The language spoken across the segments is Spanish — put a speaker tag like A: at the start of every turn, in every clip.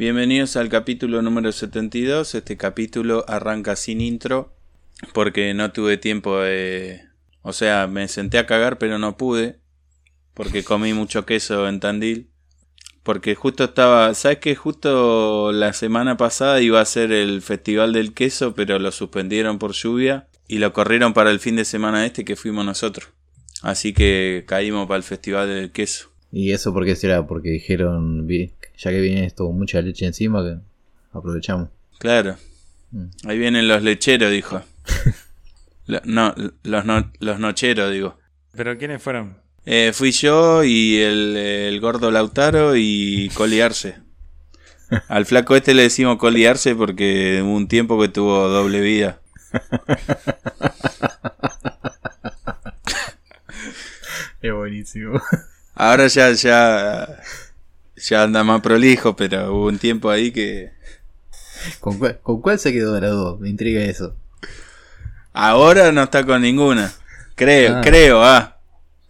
A: Bienvenidos al capítulo número 72. Este capítulo arranca sin intro porque no tuve tiempo de... O sea, me senté a cagar pero no pude porque comí mucho queso en Tandil. Porque justo estaba... ¿Sabes que Justo la semana pasada iba a ser el Festival del Queso pero lo suspendieron por lluvia y lo corrieron para el fin de semana este que fuimos nosotros. Así que caímos para el Festival del Queso.
B: ¿Y eso por qué será? Porque dijeron, "Vi- ya que viene esto con mucha leche encima, que aprovechamos.
A: Claro.
B: Mm.
A: Ahí vienen los lecheros, dijo. Lo- no, los, no- los nocheros, digo.
C: ¿Pero quiénes fueron?
A: Eh, fui yo y el, el gordo Lautaro y Coliarse. Al flaco este le decimos Coliarse porque hubo un tiempo que tuvo doble vida.
B: Es buenísimo.
A: Ahora ya, ya, ya anda más prolijo, pero hubo un tiempo ahí que...
B: ¿Con cuál, con cuál se quedó de las dos? Me intriga eso.
A: Ahora no está con ninguna. Creo,
B: Ah.
A: creo, ah.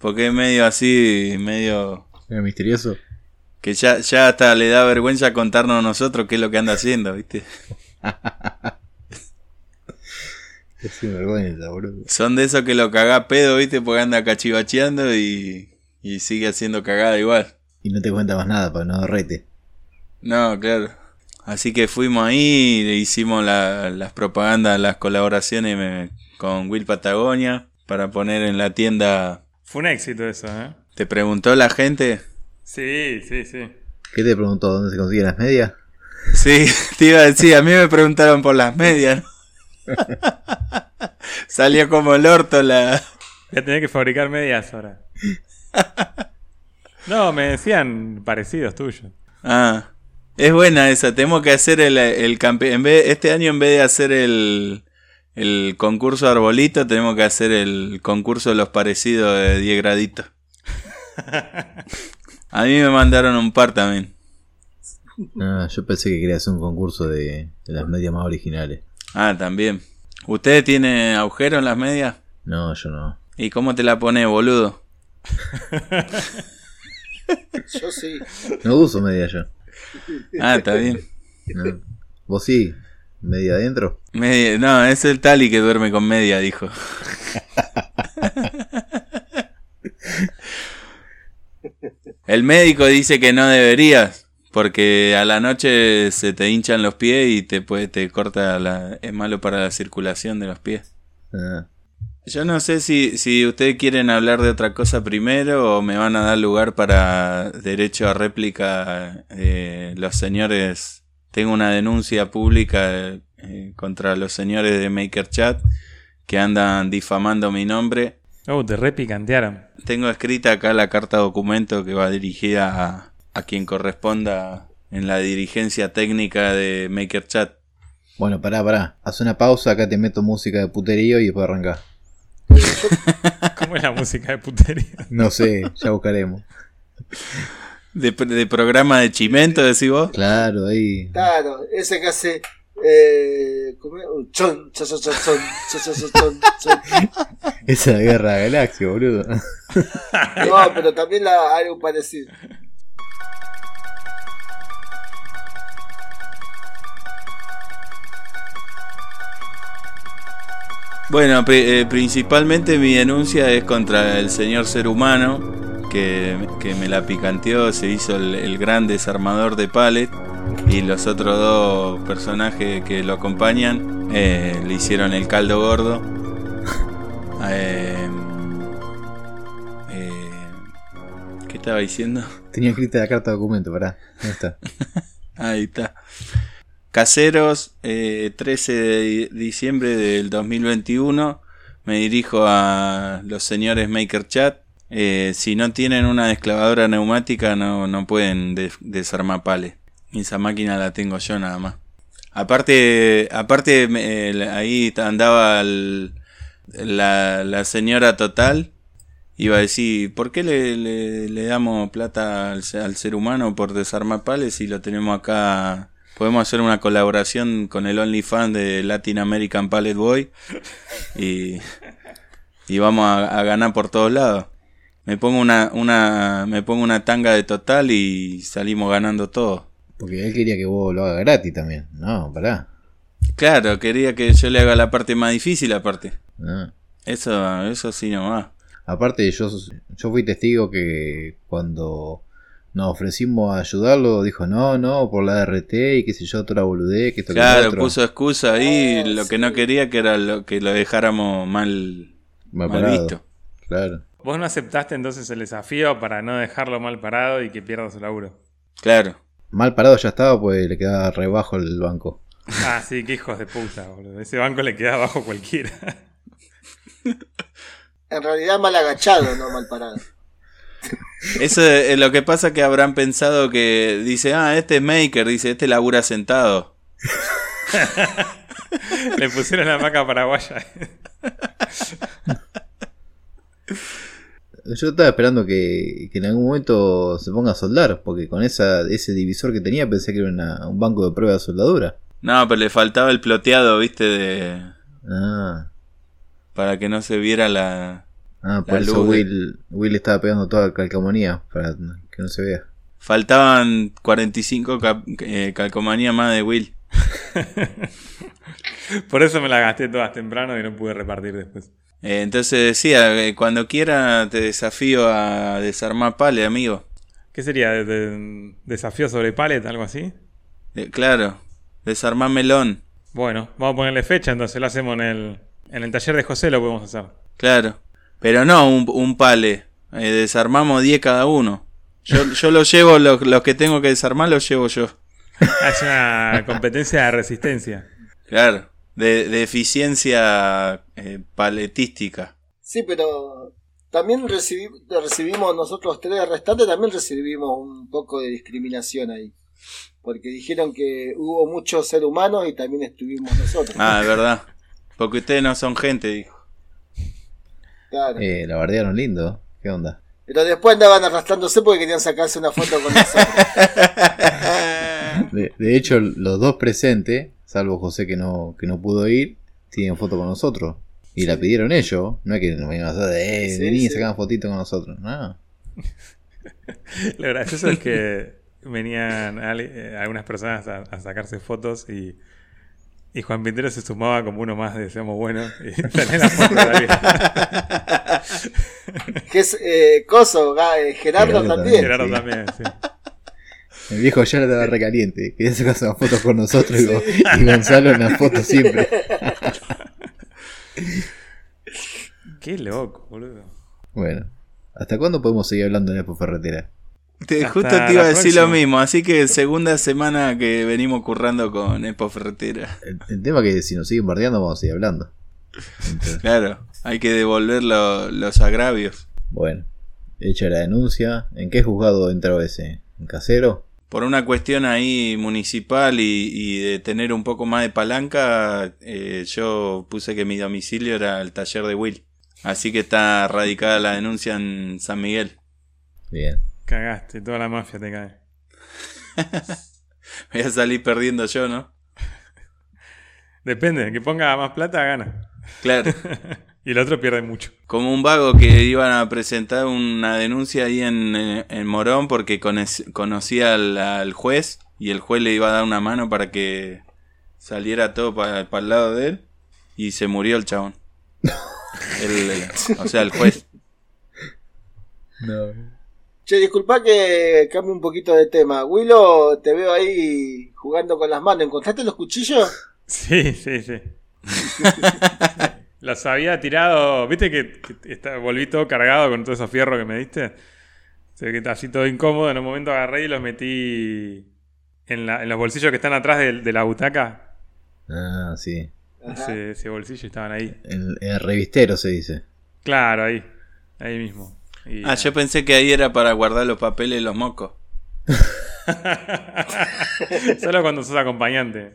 A: Porque es medio así, medio...
B: Es misterioso.
A: Que ya, ya hasta le da vergüenza contarnos a nosotros qué es lo que anda haciendo, ¿viste?
B: Es sinvergüenza, boludo.
A: Son de esos que lo cagá pedo, ¿viste? Porque anda cachivacheando y, y sigue haciendo cagada igual.
B: Y no te cuenta más nada para no derrete.
A: No, claro. Así que fuimos ahí, le hicimos la- las propagandas, las colaboraciones me- con Will Patagonia para poner en la tienda.
C: Fue un éxito eso, ¿eh?
A: ¿Te preguntó la gente?
C: Sí, sí, sí.
B: ¿Qué te preguntó? ¿Dónde se consiguen las medias?
A: Sí, te iba a decir, a mí me preguntaron por las medias. ¿no? Salió como el orto la...
C: Voy a tener que fabricar medias ahora. No, me decían parecidos tuyos.
A: Ah, es buena esa. Tenemos que hacer el, el campe- en vez Este año, en vez de hacer el, el concurso arbolito, tenemos que hacer el concurso de los parecidos de 10 graditos. A mí me mandaron un par también.
B: Ah, yo pensé que quería hacer un concurso de, de las medias más originales.
A: Ah, también. ¿Ustedes tienen agujero en las medias?
B: No, yo no.
A: ¿Y cómo te la pone, boludo?
D: Yo sí.
B: No uso medias yo.
A: Ah, está bien.
B: No. ¿Vos sí? ¿Media adentro?
A: Media- no, es el Tali que duerme con media, dijo. El médico dice que no deberías, porque a la noche se te hinchan los pies y te puede, te corta la, es malo para la circulación de los pies.
B: Ah,
A: Yo no sé si, si ustedes quieren hablar de otra cosa primero o me van a dar lugar para derecho a réplica eh, los señores. Tengo una denuncia pública eh, contra los señores de Maker Chat que andan difamando mi nombre.
C: Oh, te repicantearon.
A: Tengo escrita acá la carta documento que va dirigida a, a quien corresponda en la dirigencia técnica de Maker Chat.
B: Bueno, pará, pará. Haz una pausa, acá te meto música de puterío y después arrancás.
C: ¿Cómo es la música de putería?
B: No sé, ya buscaremos.
A: De, de programa de Chimento, decís vos.
B: Claro, ahí.
D: Claro, ese que hace. Eh, ¿cómo es? Un chon, chon, chon, chon, chon, chon, chon, chon, chon.
B: Esa es la guerra de galaxia, boludo.
D: No, pero también la, algo parecido.
A: Bueno, pri- eh, principalmente mi denuncia es contra el señor ser humano, que, que me la picanteó, se hizo el, el gran desarmador de Pallet, y los otros dos personajes que lo acompañan eh, le hicieron el caldo gordo. Eh, eh, ¿Qué estaba diciendo?
B: Tenía escrita la carta de documento, pará. ¿Dónde está?
A: Ahí está. Caseros, eh, 13 de diciembre del 2021. Me dirijo a los señores Maker Chat. Eh, si no tienen una desclavadora neumática, no, no pueden des- desarmar pales. Esa máquina la tengo yo nada más. Aparte, aparte me- el- ahí andaba el- la, la señora total. Iba a decir, ¿por qué le, le- le damos plata al, se- al ser humano por desarmar pales si lo tenemos acá? Podemos hacer una colaboración con el OnlyFans de Latin American Pallet Boy y, y vamos a, a ganar por todos lados. Me pongo una, una, me pongo una tanga de total y salimos ganando todo.
B: Porque él quería que vos lo hagas gratis también. No, pará.
A: Claro, quería que yo le haga la parte más difícil aparte.
B: No.
A: Eso, eso sí nomás.
B: Aparte, yo, yo fui testigo que cuando nos ofrecimos a ayudarlo, dijo no, no, por la RT y qué sé yo, otra boludez, que esto que lo
A: Claro,
B: otro.
A: puso excusa ahí,
D: Ah,
A: lo que
D: sí.
A: no quería que era lo que lo dejáramos mal, mal
B: Mal parado.
A: visto.
B: Claro.
C: Vos no aceptaste entonces el desafío para no dejarlo mal parado y que pierda su laburo.
A: Claro.
B: Mal parado ya estaba, pues le quedaba re bajo el banco.
C: Ah, sí, qué hijos de puta, boludo. Ese banco le queda abajo a cualquiera.
D: En realidad mal agachado, no mal parado.
A: Eso es lo que pasa que habrán pensado que dice, ah, este es maker, dice, este labura sentado.
C: Le pusieron la maca paraguaya.
B: Yo estaba esperando que, que en algún momento se ponga a soldar, porque con esa, ese divisor que tenía pensé que era una- un banco de prueba de soldadura.
A: No, pero le faltaba el ploteado, viste, de,
B: Ah,
A: para que no se viera la...
B: ah por
A: La
B: eso
A: luz de-
B: Will, Will le estaba pegando toda la calcamonía para que no se vea.
A: Faltaban 45 cap- eh, calcomanías más de Will.
C: Por eso me la gasté todas temprano y no pude repartir después.
A: Eh, entonces decía, eh, cuando quiera te desafío a desarmar pale, amigo.
C: ¿Qué sería? ¿De- de- ¿Desafío sobre palet? ¿Algo así?
A: Eh, claro, desarmar melón.
C: Bueno, vamos a ponerle fecha entonces. Lo hacemos en el, en el taller de José, lo podemos hacer.
A: Claro. Pero no un, un pale. Eh, desarmamos 10 cada uno. Yo, yo lo llevo, los, los que tengo que desarmar los llevo yo.
C: Ah, Es una competencia de resistencia.
A: Claro. De, de eficiencia eh, paletística.
D: Sí, pero también recibí- recibimos nosotros tres restantes, también recibimos un poco de discriminación ahí. Porque dijeron que hubo muchos seres humanos y también estuvimos nosotros.
A: Ah, de verdad. Porque ustedes no son gente, dijo.
D: Claro.
B: Eh, la bardearon lindo, ¿qué onda?
D: Pero después andaban arrastrándose porque querían sacarse una foto con nosotros.
B: De, de hecho, los dos presentes, salvo José que no, que no pudo ir, tienen foto con nosotros. Y la pidieron ellos, no es que nos vengan a hacer, eh,
D: Sí,
B: vení y
D: sí.
B: sacan fotito con nosotros. No,
C: Lo gracioso es que venían al- eh, algunas personas a, a sacarse fotos y, y Juan Pintero se sumaba como uno más de Seamos Buenos. Y tenés la foto de alguien.
D: que es eh, Coso, Ga- eh, Gerardo
B: Gerardo
D: también.
B: también.
C: Gerardo también, sí.
B: el viejo ya estaba recaliente, quería sacarse una foto con nosotros y, Go- y Gonzalo en la foto siempre.
C: Qué loco, boludo.
B: Bueno, ¿hasta cuándo podemos seguir hablando de la ferretera?
A: Te-
C: Hasta
A: justo te iba a
C: la
A: decir lo
C: próxima.
A: mismo. Así que segunda semana que venimos currando con Expo Ferretera.
B: El, el tema es que si nos siguen bardeando vamos a seguir hablando. Entonces,
A: Claro. Hay que devolver lo- los agravios.
B: bueno, hecha la denuncia, ¿en qué juzgado entró ese? ¿En casero?
A: Por una cuestión ahí municipal y, y de tener un poco más de palanca, eh, yo puse que mi domicilio era el taller de Will. Así que está radicada la denuncia en San Miguel.
B: Bien.
C: Cagaste, toda la mafia te cae.
A: Voy a salir perdiendo yo, ¿no?
C: Depende, el que ponga más plata gana.
A: Claro.
C: Y el otro pierde mucho.
A: Como un vago que iban a presentar una denuncia ahí en, eh, en Morón porque conoc- conocía al, al juez y el juez le iba a dar una mano para que saliera todo para el lado de él y se murió el chabón. El- el- o sea, el juez.
B: No.
D: Che, disculpa que cambie un poquito de tema. Willow, te veo ahí jugando con las manos. ¿Encontraste los cuchillos?
C: Sí, sí, sí. Los había tirado. ¿Viste que, que está- volví todo cargado con todo esos fierros que me diste? Se ve que está así todo incómodo. En un momento agarré y los metí en, la- en los bolsillos que están atrás del- de, la butaca.
B: Ah, sí.
D: Ajá.
C: Ese, ese bolsillo estaban ahí.
B: El, el revistero se dice.
C: Claro, ahí. Ahí mismo. Y-
A: Ah, yo pensé que ahí era para guardar los papeles y los mocos.
C: Solo cuando sos acompañante.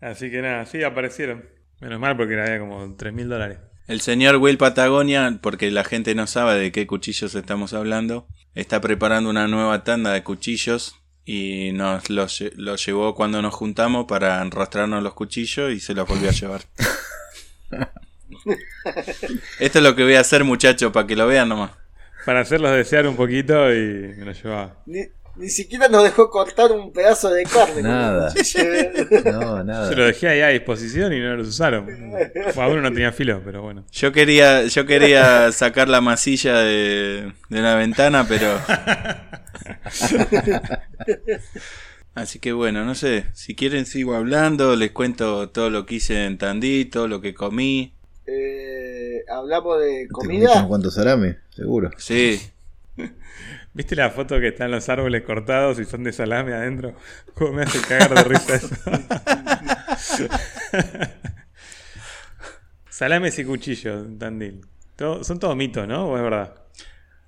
C: Así que nada, sí aparecieron. Menos mal porque había como 3 mil dólares.
A: El señor Will Patagonia, porque la gente no sabe de qué cuchillos estamos hablando, está preparando una nueva tanda de cuchillos y nos los, lle- los llevó cuando nos juntamos para enrastrarnos los cuchillos y se los volvió a llevar. Esto es lo que voy a hacer, muchachos, para que lo vean nomás.
C: Para hacerlos desear un poquito y me lo llevaba.
D: Ni, Ni siquiera nos dejó cortar un pedazo de carne.
B: Nada. No,
C: Yo lo
B: nada.
C: dejé ahí a disposición y no los usaron. Fue, Uno no tenía filo, pero bueno.
A: Yo quería, yo quería sacar la masilla de, de la ventana, pero. Así que bueno, no sé. Si quieren, sigo hablando. Les cuento todo lo que hice en Tandí, todo lo que comí.
D: Eh, hablamos de
B: Te comiste unos
D: comida.
B: cuantos salames, seguro.
A: Sí,
C: ¿Viste la foto que están los árboles cortados y son de salame adentro? ¿Cómo me hace cagar de risa eso? Salames y cuchillos, Tandil. Todo- son todos mitos, ¿no? ¿O es verdad?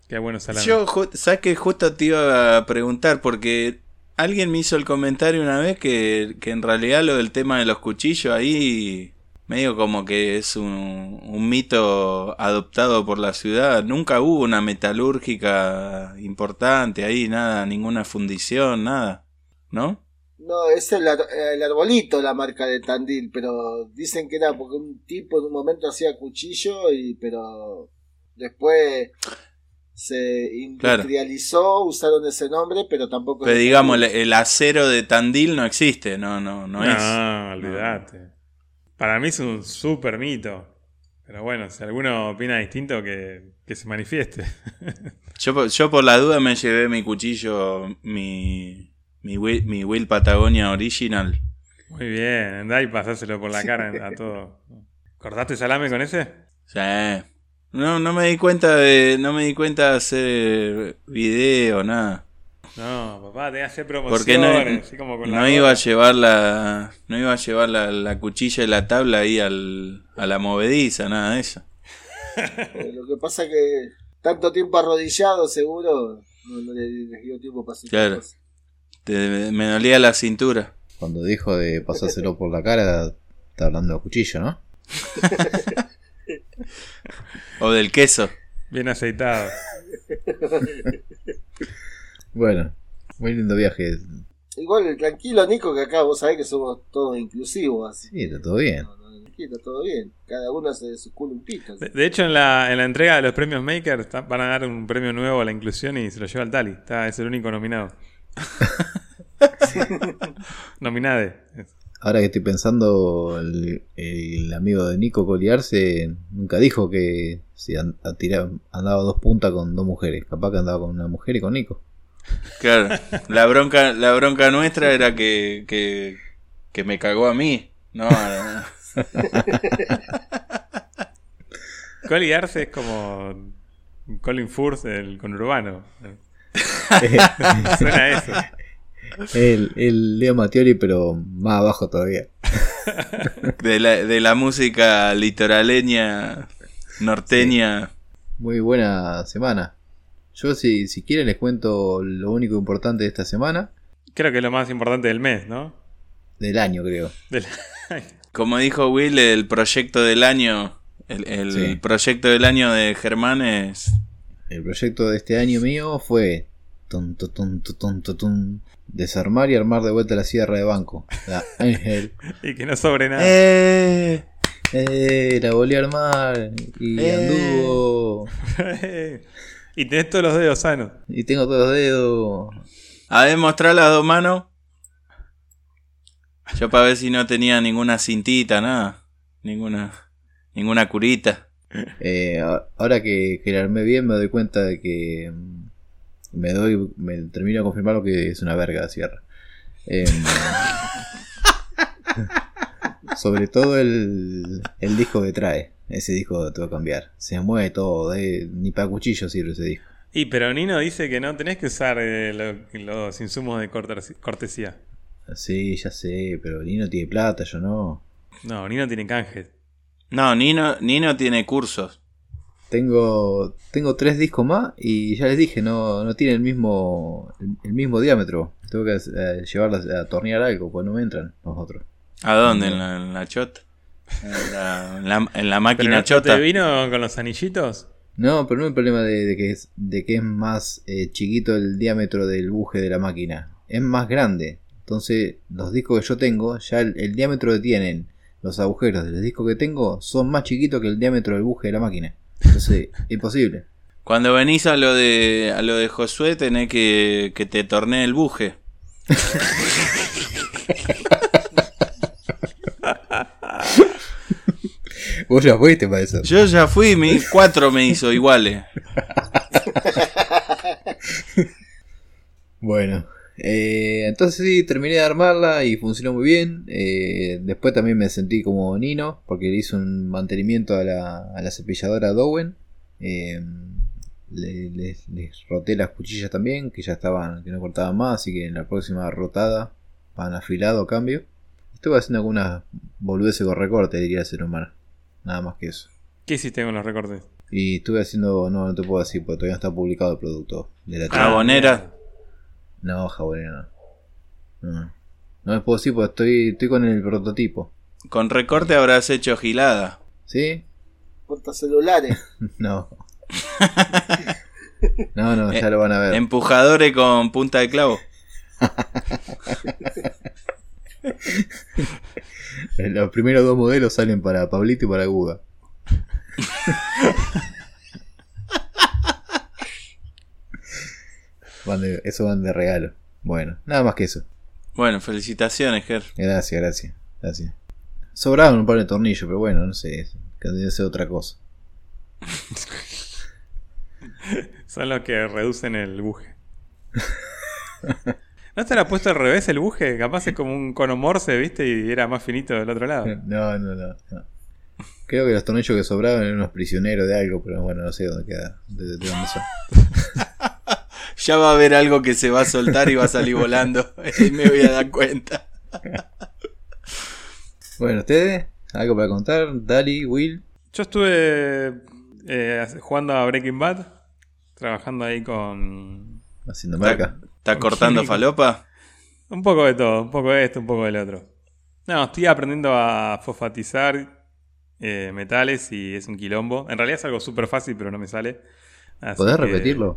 C: Qué bueno salame.
A: Yo, ju- ¿sabes que Justo te iba a preguntar, porque alguien me hizo el comentario una vez que, que en realidad lo del tema de los cuchillos ahí, medio como que es un, un mito adoptado por la ciudad. Nunca hubo una metalúrgica importante ahí, nada, ninguna fundición, nada, ¿no?
D: No, es el, ar- el arbolito la marca de Tandil, pero dicen que era porque un tipo en un momento hacía cuchillo y pero después se
A: Claro.
D: industrializó, usaron ese nombre, pero tampoco
A: Pero digamos, el, el acero de Tandil no existe, no, no, no,
C: No,
A: es.
C: olvídate. Para mí es un súper mito. Pero bueno, si alguno opina distinto, que, que se manifieste.
A: Yo, por- yo por la duda me llevé mi cuchillo, mi, mi, Will, mi Will Patagonia Original.
C: Muy bien, andá y pasáselo por la cara a todo. ¿Cortaste salame con ese?
A: Sí. No, no me di cuenta de. No me di cuenta de hacer eh, video, nada.
C: No, papá, tenés que hacer
A: Porque
C: promociones.
A: no,
C: así como con la
A: no iba a
C: gorra.
A: llevar la. No iba a llevar la, la cuchilla y la tabla ahí al, a la movediza, nada de eso.
D: Eh, Lo que pasa que tanto tiempo arrodillado, seguro, no, no le, les dio tiempo para hacer
A: Claro.
D: cosas.
A: Te- me dolía la cintura.
B: Cuando dijo de pasárselo por la cara, está hablando de cuchillo, ¿no?
A: O del queso.
C: Bien aceitado.
B: Bueno, muy lindo viaje.
D: Igual, tranquilo, Nico, que acá vos sabés que somos todos inclusivos, así.
B: Sí, está todo bien.
D: No, no, tranquilo, todo bien. Cada uno hace su culo un pito.
C: De, de hecho, en la, en la entrega de los premios Makers ta- van a dar un premio nuevo a la inclusión y se lo lleva al Tali. Está, es el único nominado. Nominade.
B: Ahora que estoy pensando, el, el amigo de Nico Coliarse nunca dijo que si an- a tirar- andaba dos puntas con dos mujeres. Capaz que andaba con una mujer y con Nico.
A: Claro. La bronca, la bronca nuestra era que, que. que me cagó a mí. No, a-
C: Coli Arce es como Colin Furth, el conurbano. Suena a eso.
B: el, el Leo Matioli, pero más abajo todavía.
A: de, la, de la música litoraleña, norteña.
B: Muy buena semana. Yo, si, si quieren, les cuento lo único importante de esta semana.
C: Creo que es lo más importante del mes, ¿no?
B: Del año, creo.
C: Del-
A: Como dijo Will, el proyecto del año, el, el
B: Sí.
A: proyecto del año de Germán es...
B: El proyecto de este año mío fue. tun, tu, tun, tu, tun, tu, tun, desarmar y armar de vuelta la sierra de banco. La Ángel.
C: y que no sobre nada.
A: ¡Eh!
B: Eh, la volví a armar. Y
A: Eh.
B: anduvo.
C: y tenés todos los dedos sanos.
B: Y tengo todos los dedos.
A: A ver, mostrar las dos manos. Yo para ver si no tenía ninguna cintita, nada. Ninguna, ninguna curita.
B: Eh, a- ahora que, que la armé bien me doy cuenta de que mm, me doy me termino de confirmar lo que es una verga la sierra. Em, sobre todo el, el disco que trae. Ese disco lo tengo que cambiar. Se mueve todo, eh, ni para cuchillo sirve ese disco.
C: Y pero Nino dice que no tenés que usar eh, lo- los insumos de cortes- cortesía.
B: Sí, ya sé, pero Nino tiene plata, yo no.
C: No, Nino tiene canje.
A: No, Nino, Nino tiene cursos.
B: Tengo, tengo tres discos más y ya les dije, no, no tiene el mismo, el, el mismo diámetro. Tengo que eh, llevarlas a tornear algo, pues no me entran nosotros.
A: ¿A dónde? ¿En la, en la chota? ¿En la, en la- en la
C: ¿Pero
A: máquina
C: no
A: chota?
C: te vino con los anillitos?
B: No, pero no hay problema de, de que, es, de que es más eh, chiquito el diámetro del buje de la máquina. Es más grande. Entonces, los discos que yo tengo, ya el, el diámetro que tienen los agujeros de los discos que tengo son más chiquitos que el diámetro del buje de la máquina. Entonces, imposible.
A: Cuando venís a lo de, a lo de Josué, tenés que, que te torné el buje.
B: Vos ya fuiste para eso.
A: Yo ya fui, me, cuatro me hizo iguales.
B: Bueno, eh, entonces sí, terminé de armarla y funcionó muy bien. Eh, después también me sentí como Nino, porque le hice un mantenimiento a la, a la cepilladora Dowen. Eh, le- les, les roté las cuchillas también, que ya estaban, que no cortaban más, así que en la próxima rotada van afilado a cambio. Estuve haciendo algunas boludeces con recorte, diría el ser humano. Nada más que eso.
C: ¿Qué hiciste con los recortes?
B: Y estuve haciendo, no, no te puedo decir, porque todavía no está publicado el producto de
C: Ah,
B: la tienda.
A: Jabonera.
B: No, jabonera no. No, no les puedo decir porque estoy, estoy con el prototipo.
A: Con recorte habrás hecho gilada.
B: ¿Sí?
D: Portacelulares.
B: No. No, no, ya lo van a ver.
A: Em- Empujadores con punta de clavo.
B: Eh, Los primeros dos modelos salen para Pablito y para Guga. Van de- eso van de regalo. Bueno, nada más que eso.
A: Bueno, felicitaciones, Ger.
B: Gracias, gracias, gracias. Sobraban un par de tornillos, pero bueno, no sé, eso, que debe ser otra cosa.
C: Son los que reducen el buje. ¿No estará puesto al revés el buje? Capaz es como un cono morse, ¿viste? Y era más finito del otro lado.
B: No, no, no. no. Creo que los tornillos que sobraban eran unos prisioneros de algo, pero bueno, no sé dónde queda, de, de dónde son.
A: Ya va a haber algo que se va a soltar y va a salir volando. Y me voy a dar cuenta.
B: Bueno, ustedes, algo para contar, Dali, Will,
C: Yo estuve eh, jugando a Breaking Bad, trabajando ahí con
B: haciendo
A: ¿Está,
B: marca.
A: está cortando falopa?
C: un poco de todo, un poco de esto, un poco del otro. No, estoy aprendiendo a fosfatizar eh, metales y es un quilombo. En realidad es algo súper fácil, pero no me sale. Así
B: ¿Podés
C: que-
B: repetirlo?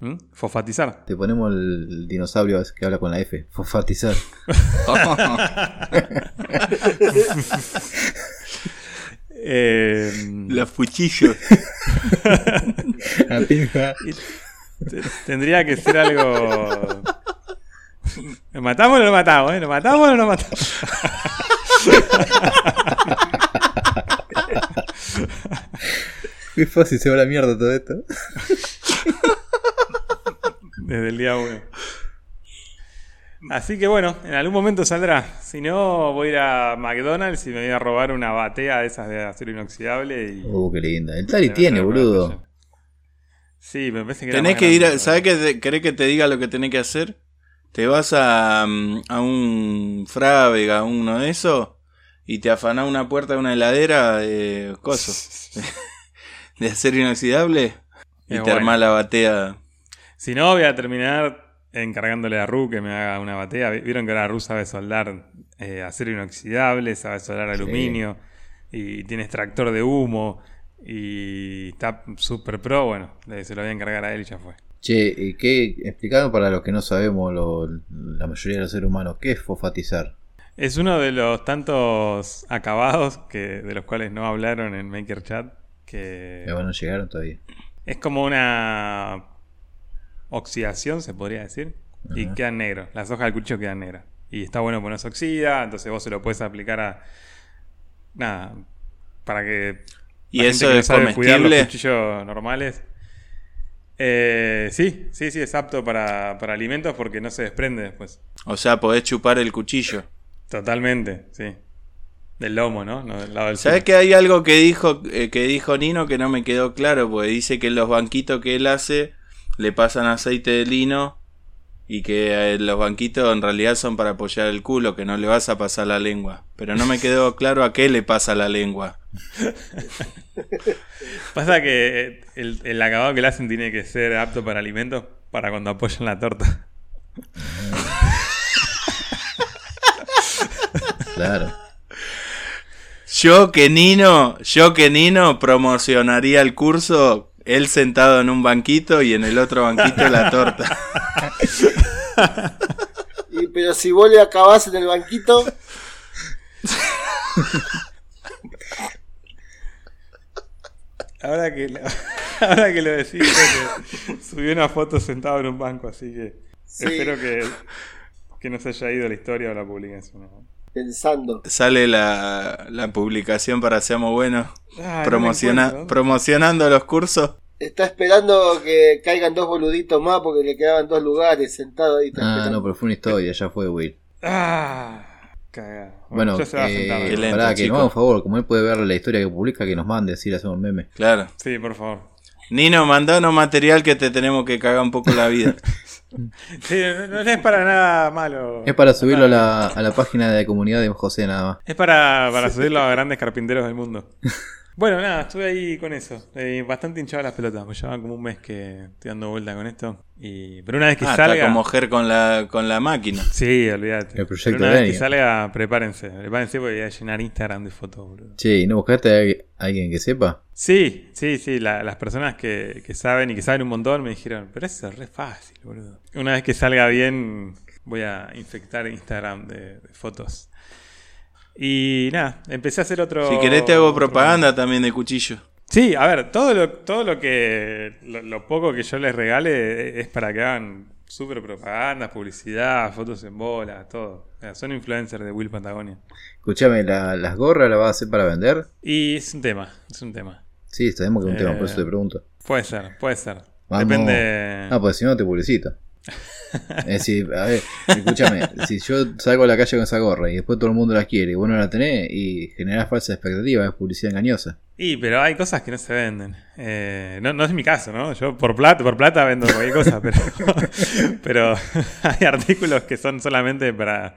C: ¿Mm? Fosfatizar.
B: Te ponemos el dinosaurio ese que habla con la F. Fosfatizar.
C: Oh. Eh,
A: Los fuchillos.
B: La pija.
C: Te- Tendría que ser algo. ¿Lo matamos o no lo matamos? eh? ¿Lo matamos o no lo matamos?
B: Qué fácil se va la mierda todo esto.
C: Desde el día uno. Así que bueno, en algún momento saldrá. Si no, voy a ir a McDonald's y me voy a robar una batea de esas de acero inoxidable. Y...
B: Uh, qué linda. El Tali tiene, boludo.
C: Sí, me parece que. era
A: Tenés
C: más
A: que ir a,
C: grande.
A: ¿Sabés que te- querés que te diga lo que tenés que hacer? Te vas a, mm, a un Frávega, a uno de esos, y te afanás una puerta de una heladera de coso, de acero inoxidable, y
C: Es
A: te armás
C: bueno.
A: la batea.
C: Si no, voy a terminar encargándole a Ru que me haga una batea. Vi- Vieron que ahora Ru sabe soldar eh, acero inoxidable, sabe soldar
B: Sí.
C: aluminio y tiene extractor de humo y está super pro. Bueno, le- se lo voy a encargar a él y ya fue.
B: Che, ¿y qué explicaron para los que no sabemos, lo- la mayoría de los seres humanos, qué es fosfatizar?
C: Es uno de los tantos acabados que, de los cuales no hablaron en Maker Chat que
B: Me van a llegar Eh, todavía.
C: es como una oxidación, se podría decir, y
B: Ajá.
C: quedan negros. Las hojas del cuchillo quedan negras. Y está bueno porque no se oxida, entonces vos se lo puedes aplicar a. Nada, para que.
A: ¿Y
C: la gente
A: eso
C: que no
A: es
C: sabe cuidar
A: comestible?
C: los cuchillos normales. Eh, sí, sí, sí, es apto para, para alimentos porque no se desprende después.
A: O sea, podés chupar el cuchillo.
C: Totalmente, sí. Del lomo, ¿no? No del lado del
A: ¿Sabés
C: culo.
A: que hay algo que dijo, eh, que dijo Nino que no me quedó claro? Porque dice que los banquitos que él hace le pasan aceite de lino y que eh, los banquitos en realidad son para apoyar el culo, que no le vas a pasar la lengua. Pero no me quedó claro a qué le pasa la lengua.
C: Pasa que eh, el, el acabado que le hacen tiene que ser apto para alimentos para cuando apoyan la torta.
B: Claro.
A: Yo que Nino, yo que Nino promocionaría el curso, él sentado en un banquito y en el otro banquito la torta.
D: Y, pero si vos le acabás en el banquito,
C: Ahora que, Ahora que lo decís, creo que subí una foto sentado en un banco, así que
D: Sí,
C: espero que, que no se haya ido la historia o la publicación. ¿no?
D: pensando.
A: Sale la, la publicación para Seamos Buenos,
C: Ah, no
A: promociona-
C: me encuentro.
A: promocionando los cursos.
D: Está esperando que caigan dos boluditos más porque le quedaban dos lugares sentado ahí. está
B: Ah,
D: esperando.
B: no, pero fue una historia, ya fue, Will.
C: Ah, cagada.
B: Bueno,
C: ya se va a
B: eh,
C: sentar. ¿no?
A: Qué lento,
B: pará, que
A: chico.
B: no, por favor, como él puede ver la historia que publica, que nos mande, si le hacemos meme.
A: Claro.
C: Sí, por favor.
A: Nino, mandanos material que te tenemos que cagar un poco la vida.
C: Sí, no, no es para nada malo.
B: Es para subirlo a la, a la página de la comunidad de José nada más.
C: Es para, para subirlo a grandes carpinteros del mundo. Bueno, nada, estuve ahí con eso. Eh, bastante hinchado las pelotas. Me llevan como un mes que estoy dando vuelta con esto. Y, pero una vez que
A: Ah, está
C: salga.
A: como mujer con la, con la máquina.
C: Sí, olvídate.
B: El proyecto de
C: Pero una vez que
B: Daniel.
C: salga, prepárense. Prepárense porque voy a llenar Instagram de fotos, boludo.
B: Che, ¿y no buscaste a alguien que sepa?
C: Sí, sí, sí. la- las personas que, que saben y que saben un montón me dijeron, pero eso es re fácil, boludo. Una vez que salga bien, voy a infectar Instagram de, de fotos. Y nada, empecé a hacer otro.
A: Si querés te hago
C: otro-
A: propaganda también de cuchillo.
C: Sí, a ver, todo lo, todo lo que. Lo, lo poco que yo les regale es para que hagan super propaganda, publicidad, fotos en bola, todo. O sea, son influencers de Will Patagonia.
B: Escuchame, la- ¿las gorras las vas a hacer para vender?
C: Y es un tema, es un tema.
B: Sí, sabemos que es un tema,
C: Eh.
B: por eso te pregunto.
C: Puede ser, puede ser.
B: Vamos.
C: Depende.
B: Ah, pues si no te publicito. Es decir, a ver, escúchame, si yo salgo a la calle con esa gorra y después todo el mundo la quiere y vos no la tenés y generás falsas expectativas, es publicidad engañosa.
C: Y, pero hay cosas que no se venden. Eh, no, no es mi caso, ¿no? Yo por plata, por plata vendo cualquier cosa, pero, pero hay artículos que son solamente para,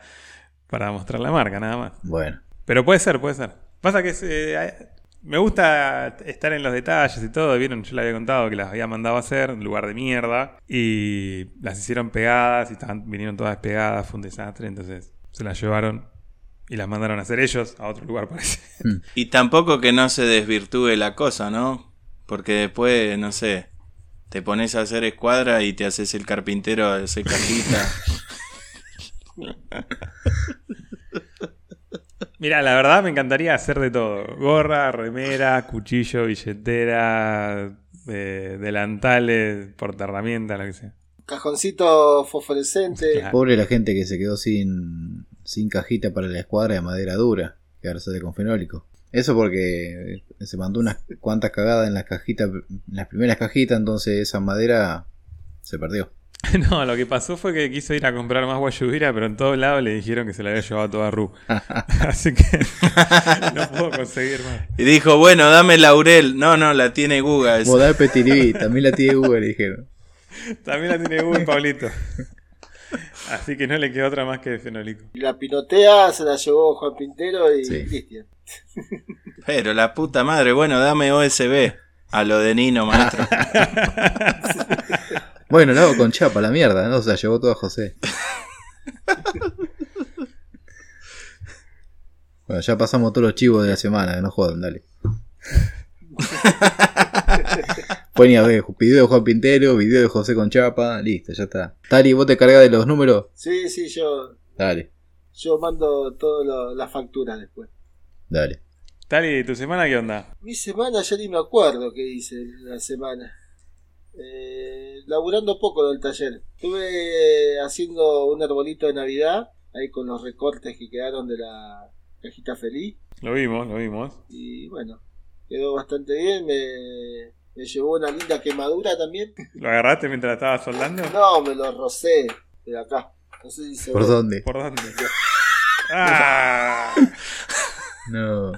C: para mostrar la marca, nada más.
B: Bueno,
C: Pero puede ser, puede ser. Pasa que es, eh, hay- me gusta estar en los detalles y todo. Vieron, yo le había contado que las había mandado a hacer, un lugar de mierda. Y las hicieron pegadas y estaban, vinieron todas pegadas, fue un desastre. Entonces se las llevaron y las mandaron a hacer ellos a otro lugar, parece.
A: Y tampoco que no se desvirtúe la cosa, ¿no? Porque después, no sé, te pones a hacer escuadra y te haces el carpintero de hacer cajita.
C: Mira, la verdad me encantaría hacer de todo. Gorra, remera, cuchillo, billetera, eh, delantales, portaherramientas, lo que sea.
B: pues.
D: Cajoncito fosforescente.
C: Claro.
B: pobre la gente que se quedó sin, sin cajita para la escuadra de madera dura, que ahora sale con fenólico. Eso porque eh, se mandó unas cuantas cagadas en las cajitas, en las primeras cajitas, entonces esa madera se perdió.
C: No, lo que pasó fue que quiso ir a comprar más guayubira, pero en todos lados le dijeron que se la había llevado toda Ru. Así que no puedo conseguir más.
A: Y dijo, bueno, dame laurel. No, no, la tiene Guga. esa.
B: Modal Petiribí, también la tiene Google, dijeron.
C: También la tiene Google Pablito. Así que no le quedó otra más que fenolico.
D: Y la pinotea se la llevó Juan Pintero y
B: Sí.
D: Cristian.
A: Pero la puta madre, bueno, dame OSB. A lo de Nino, maestro.
B: Bueno, lo hago con chapa, la mierda, no se la llevó todo a José. Bueno, ya pasamos todos los chivos de la semana, que no jodan, dale. Pon a ver, video de Juan Pintero, video de José con chapa, listo, ya está. Tari, ¿vos te cargas de los números?
D: Sí, sí, yo,
B: Dale,
D: yo mando todas las facturas después.
B: dale.
C: Tali, ¿tu semana qué onda?
D: Mi semana ya ni me acuerdo qué hice la semana. Eh, laburando poco del taller. Estuve eh, haciendo un arbolito de Navidad, ahí con los recortes que quedaron de la cajita feliz.
C: Lo vimos, lo vimos.
D: Y bueno, quedó bastante bien. Me, me llevó una linda quemadura también.
C: ¿Lo agarraste mientras estaba soldando?
D: No, me lo rocé de acá. No sé si se
B: ¿Por
D: ve.
B: dónde?
C: ¿Por dónde? ¡Ah!
B: No.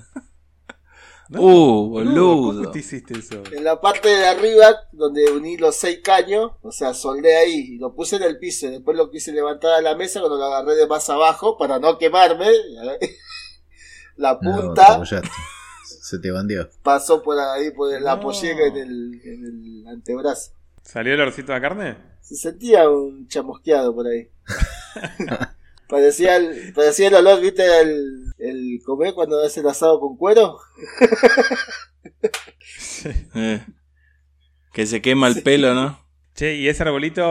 C: No,
A: uh,
C: ¿Cómo
A: boludo.
C: te hiciste eso?
D: En la parte de arriba, donde uní los seis caños, o sea, soldé ahí y lo puse en el piso. y Después lo quise levantar a la mesa cuando lo agarré de más abajo para no quemarme. La
B: No, te
D: punta
B: apoyaste. Se te bandió.
D: pasó por ahí, por la
C: No.
D: apoyé en el, en el antebrazo.
C: ¿Salió el orcito de carne?
D: Se sentía un chamusqueado por ahí. parecía, el, parecía el olor, ¿viste? El, el comer cuando hacen asado con cuero.
A: Eh, que se quema el pelo, ¿no?
C: Che, ¿y ese arbolito?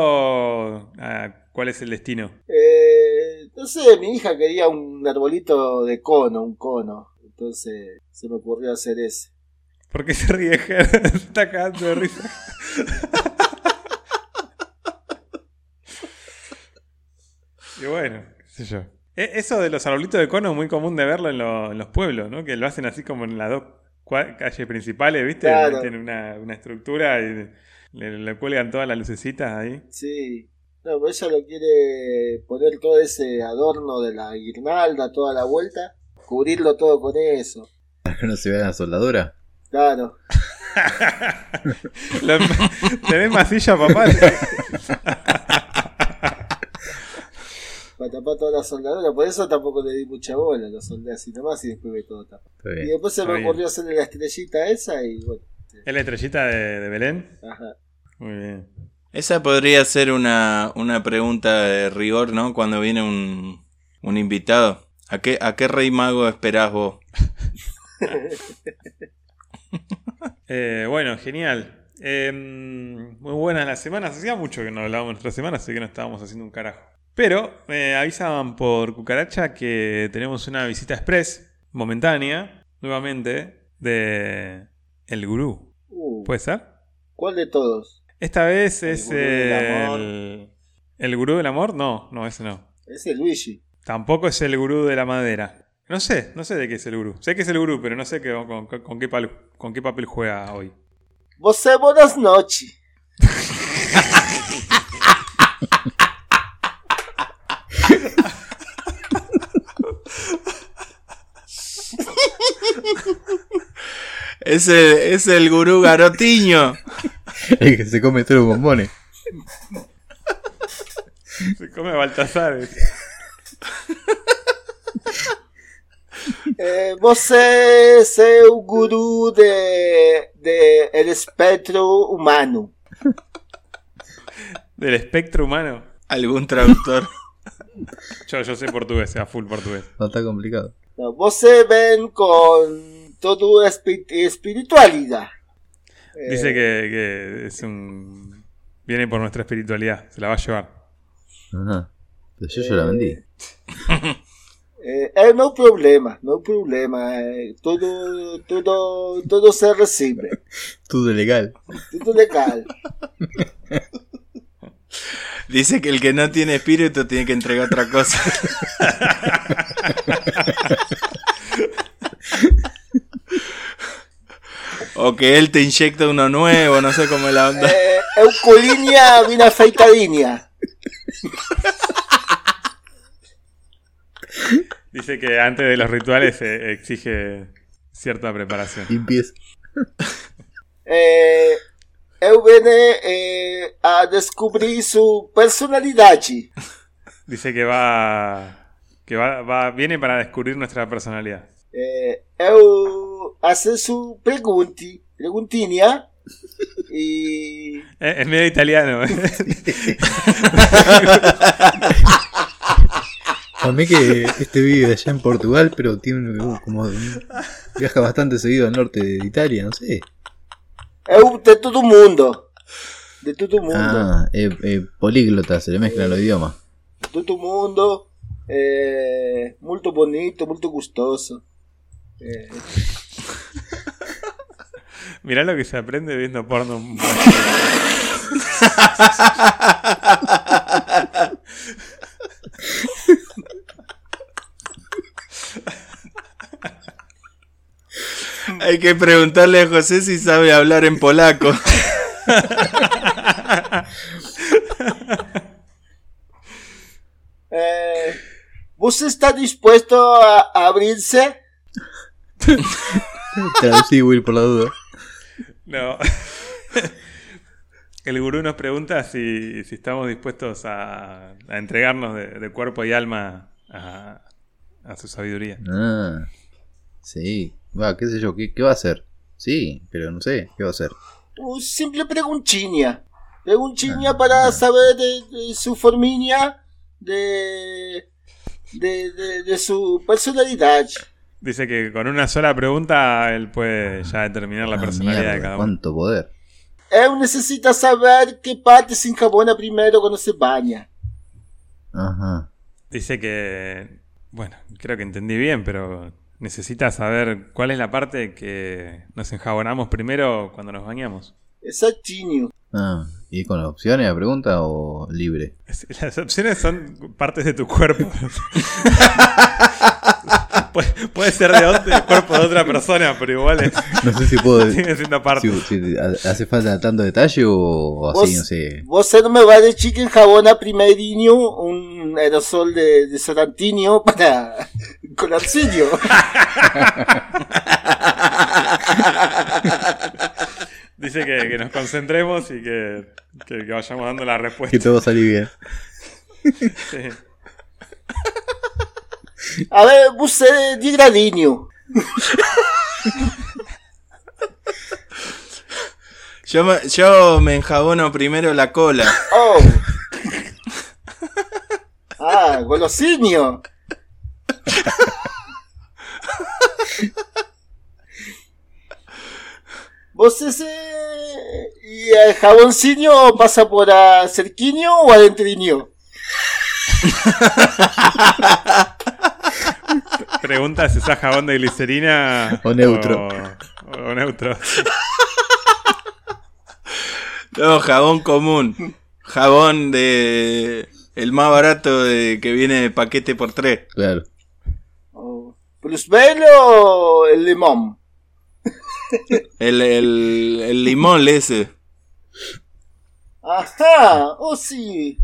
C: ah, ¿Cuál es el destino?
D: Eh, no sé, mi hija quería un arbolito de cono, un cono. Entonces se me ocurrió hacer ese.
C: ¿Por qué se ríe Ger? Se está cagando de risa. y bueno, qué sé yo. E- Eso de los arbolitos de cono es muy común de verlo en, lo- en los pueblos, ¿no? Que lo hacen así como en las dos cua- calles principales, ¿viste?
D: Claro.
C: Tienen una, una estructura y le, le cuelgan todas las lucecitas ahí.
D: Sí. No, pero ella lo quiere poner todo ese adorno de la guirnalda, toda la vuelta, cubrirlo todo con eso.
B: Para que no se vea la soldadura.
D: Claro.
C: Lo- ¿Tenés masilla, papá?
D: Para tapar toda la soldadura. Por eso tampoco le di mucha bola. Lo soldé así nomás y después ve todo tapado.
B: Está
D: Y
B: bien.
D: después se
C: Está
D: me
C: bien.
D: ocurrió hacerle la estrellita esa y bueno.
C: ¿Es la estrellita de, de Belén?
D: Ajá.
C: Muy bien.
A: Esa podría ser una, una pregunta de rigor, ¿no? Cuando viene un, un invitado. ¿A qué, ¿A qué rey mago esperás vos?
C: Eh, bueno, genial. Eh, muy buenas las semanas. Hacía mucho que no hablábamos nuestra semana, así que no estábamos haciendo un carajo. Pero eh, avisaban por cucaracha que tenemos una visita express, momentánea, nuevamente, de el gurú.
D: Uh,
C: ¿Puede ser?
D: ¿Cuál de todos?
C: Esta vez
D: El
C: es
D: gurú del
C: eh,
D: amor.
C: el, el gurú del amor. No, no, ese no.
D: Ese es Luigi.
C: Tampoco es el gurú de la madera. No sé, no sé de qué es el gurú. Sé que es el gurú, pero no sé qué- con, con- con qué, pal- con qué papel juega hoy.
D: Vosé, buenas noches.
A: Es el, es el gurú garotiño.
B: El que se come todos los bombones.
C: Se come Baltasar.
D: Eh, você é o guru de, de el espectro humano.
C: Del espectro humano.
A: Algún traductor.
C: Yo, yo sé portugués, a full portugués.
B: No está complicado.
D: No, você ven con todo espi- espiritualidad. Eh,
C: Dice que, que es un. Viene por nuestra espiritualidad, se la va a llevar.
B: Ajá. Pero yo, yo la vendí.
D: eh, eh, no problema, no problema. eh, todo, todo, todo se recibe.
B: Todo legal.
D: Todo legal.
A: Dice que el que no tiene espíritu tiene que entregar otra cosa. O que él te inyecta uno nuevo, no sé cómo es la onda.
D: Eh, eu colinha vim afeitadinha.
C: Dice que antes de los rituales eh, exige cierta preparación.
B: Limpies.
D: Eh, eu venho eh, a descobrir sua personalidade.
C: Dice que va. que va, va- viene para descubrir nuestra personalidad.
D: É, eu acesso pergunte, perguntinha e
C: Eh, es medio italiano. ¿eh?
B: A mí que este vive allá en Portugal, pero tiene un- como. un- Viaja bastante seguido al norte de Italia, no sé.
D: eu é de todo mundo, de todo mundo,
B: Ah, eh, eh, políglota, se le mezclan los idiomas.
D: todo mundo, é, muito bonito, muito gostoso. É,
C: Mirá lo que se aprende viendo porno.
A: Hay que preguntarle a José si sabe hablar en polaco.
D: é, você está disposto a a abrir-se?
B: Traducí, Will, por la duda.
C: No. El gurú nos pregunta si, si estamos dispuestos a, a entregarnos de, de cuerpo y alma a, a su sabiduría.
B: Ah, sí. Va, qué sé yo, ¿qué, qué va a hacer? Sí, pero no sé, ¿qué va a hacer?
D: Uma simples perguntinha. Perguntinha para saber de, de sua forminha, de, de, de, de sua personalidade.
C: Dice que con una sola pregunta él puede ya determinar la
B: Ah,
C: personalidad de
B: mierda,
C: cada uno.
B: ¿Cuánto poder?
D: Eu necessito saber que parte se encabona primeiro quando se banha.
B: Ajá.
C: Dice que, bueno, creo que entendí bien, pero necesita saber cuál es la parte que nos enjabonamos primero cuando nos bañamos.
D: É Exactinho.
B: Ah, ¿y con las opciones la pregunta o libre?
C: Es- Las opciones son partes de tu cuerpo. Pu- puede ser de otro, del cuerpo de otra persona, pero igual es-
B: No sé si puedo.
C: sigue siendo parte.
B: si- si ha- ¿Hace falta tanto detalle o así? No sé.
D: Você não me vai de chicken jabona primeirinho um aerosol de, de Santinho para colapsinho.
C: Dice que, que nos concentremos y que, que- que vayamos dando la
B: Que
C: respuesta.
B: todo salió bien.
C: Sí.
D: A ver, você de gradinho.
A: Yo me, yo me enjabono primero la cola.
D: Oh. Ah, golosinho. Você se... E el jaboncinho passa por a cerquinho ou adentrinho?
C: Pregunta si usás jabón de glicerina
B: O neutro.
C: O, o neutro.
A: No, jabón común. Jabón de. El más barato de, que viene de paquete por tres.
B: Claro.
D: Oh. Plus belo el limón.
A: El, el, el limón ese.
D: Ajá, oh sí.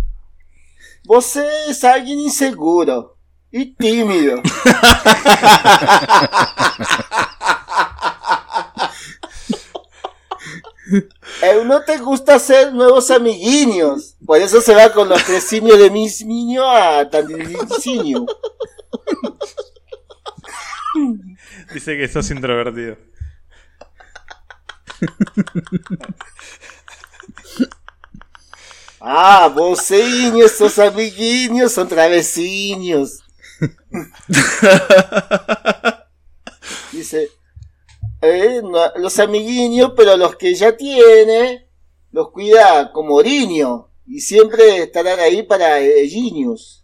D: Você é alguém inseguro e tímido. Eu não te gusta ser novos amiguinhos. Por isso se vai com os trecinhos de misminho a tandilicinho.
C: Dice que sos introvertido.
D: Ah, vocês, seus amiguinhos, são travessinhos. Dice, eh, no- los amiguinhos, pero los que ya tiene, los cuida como oriño. Y siempre estarán ahí para eh, ellos.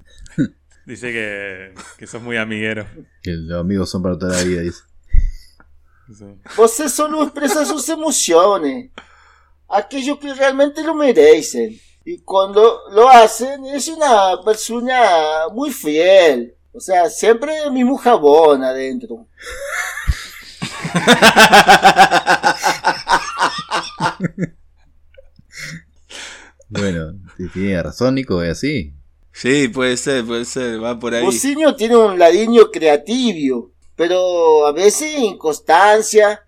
C: Dice que, que sos muy amiguero.
B: Que los amigos son para toda la vida, dice.
C: Sí.
D: Você solo expresa sus emociones, aquello que realmente lo merecen. Y cuando lo hacen, es una persona muy fiel. O sea, siempre el mismo jabón adentro.
B: Bueno, si tiene razón, Nico, es así.
A: Sí, puede ser, puede ser. Va por ahí.
D: Bocinio tiene un ladinho creativo, pero a veces inconstancia.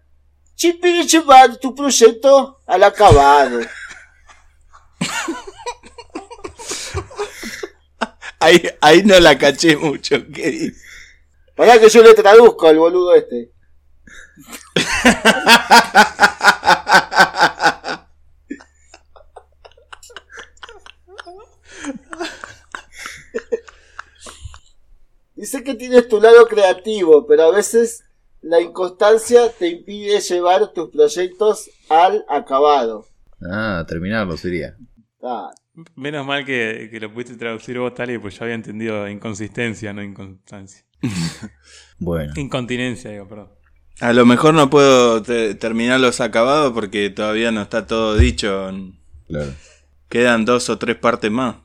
D: Chipi llevar tu proyecto al acabado.
A: Ahí, ahí no la caché mucho. ¿qué dice?
D: Para que yo le traduzco al boludo este. Dice que tienes tu lado creativo, pero a veces la inconstancia te impide llevar tus proyectos al acabado.
B: Ah, terminarlo sería.
D: Ah,
C: Menos mal que, que lo pudiste traducir vos, Tali, pues yo había entendido inconsistencia, no inconstancia.
B: Bueno,
C: Incontinencia, digo, perdón.
A: A lo mejor no puedo te- terminar los acabados porque todavía no está todo dicho.
B: claro.
A: Quedan dos o tres partes más.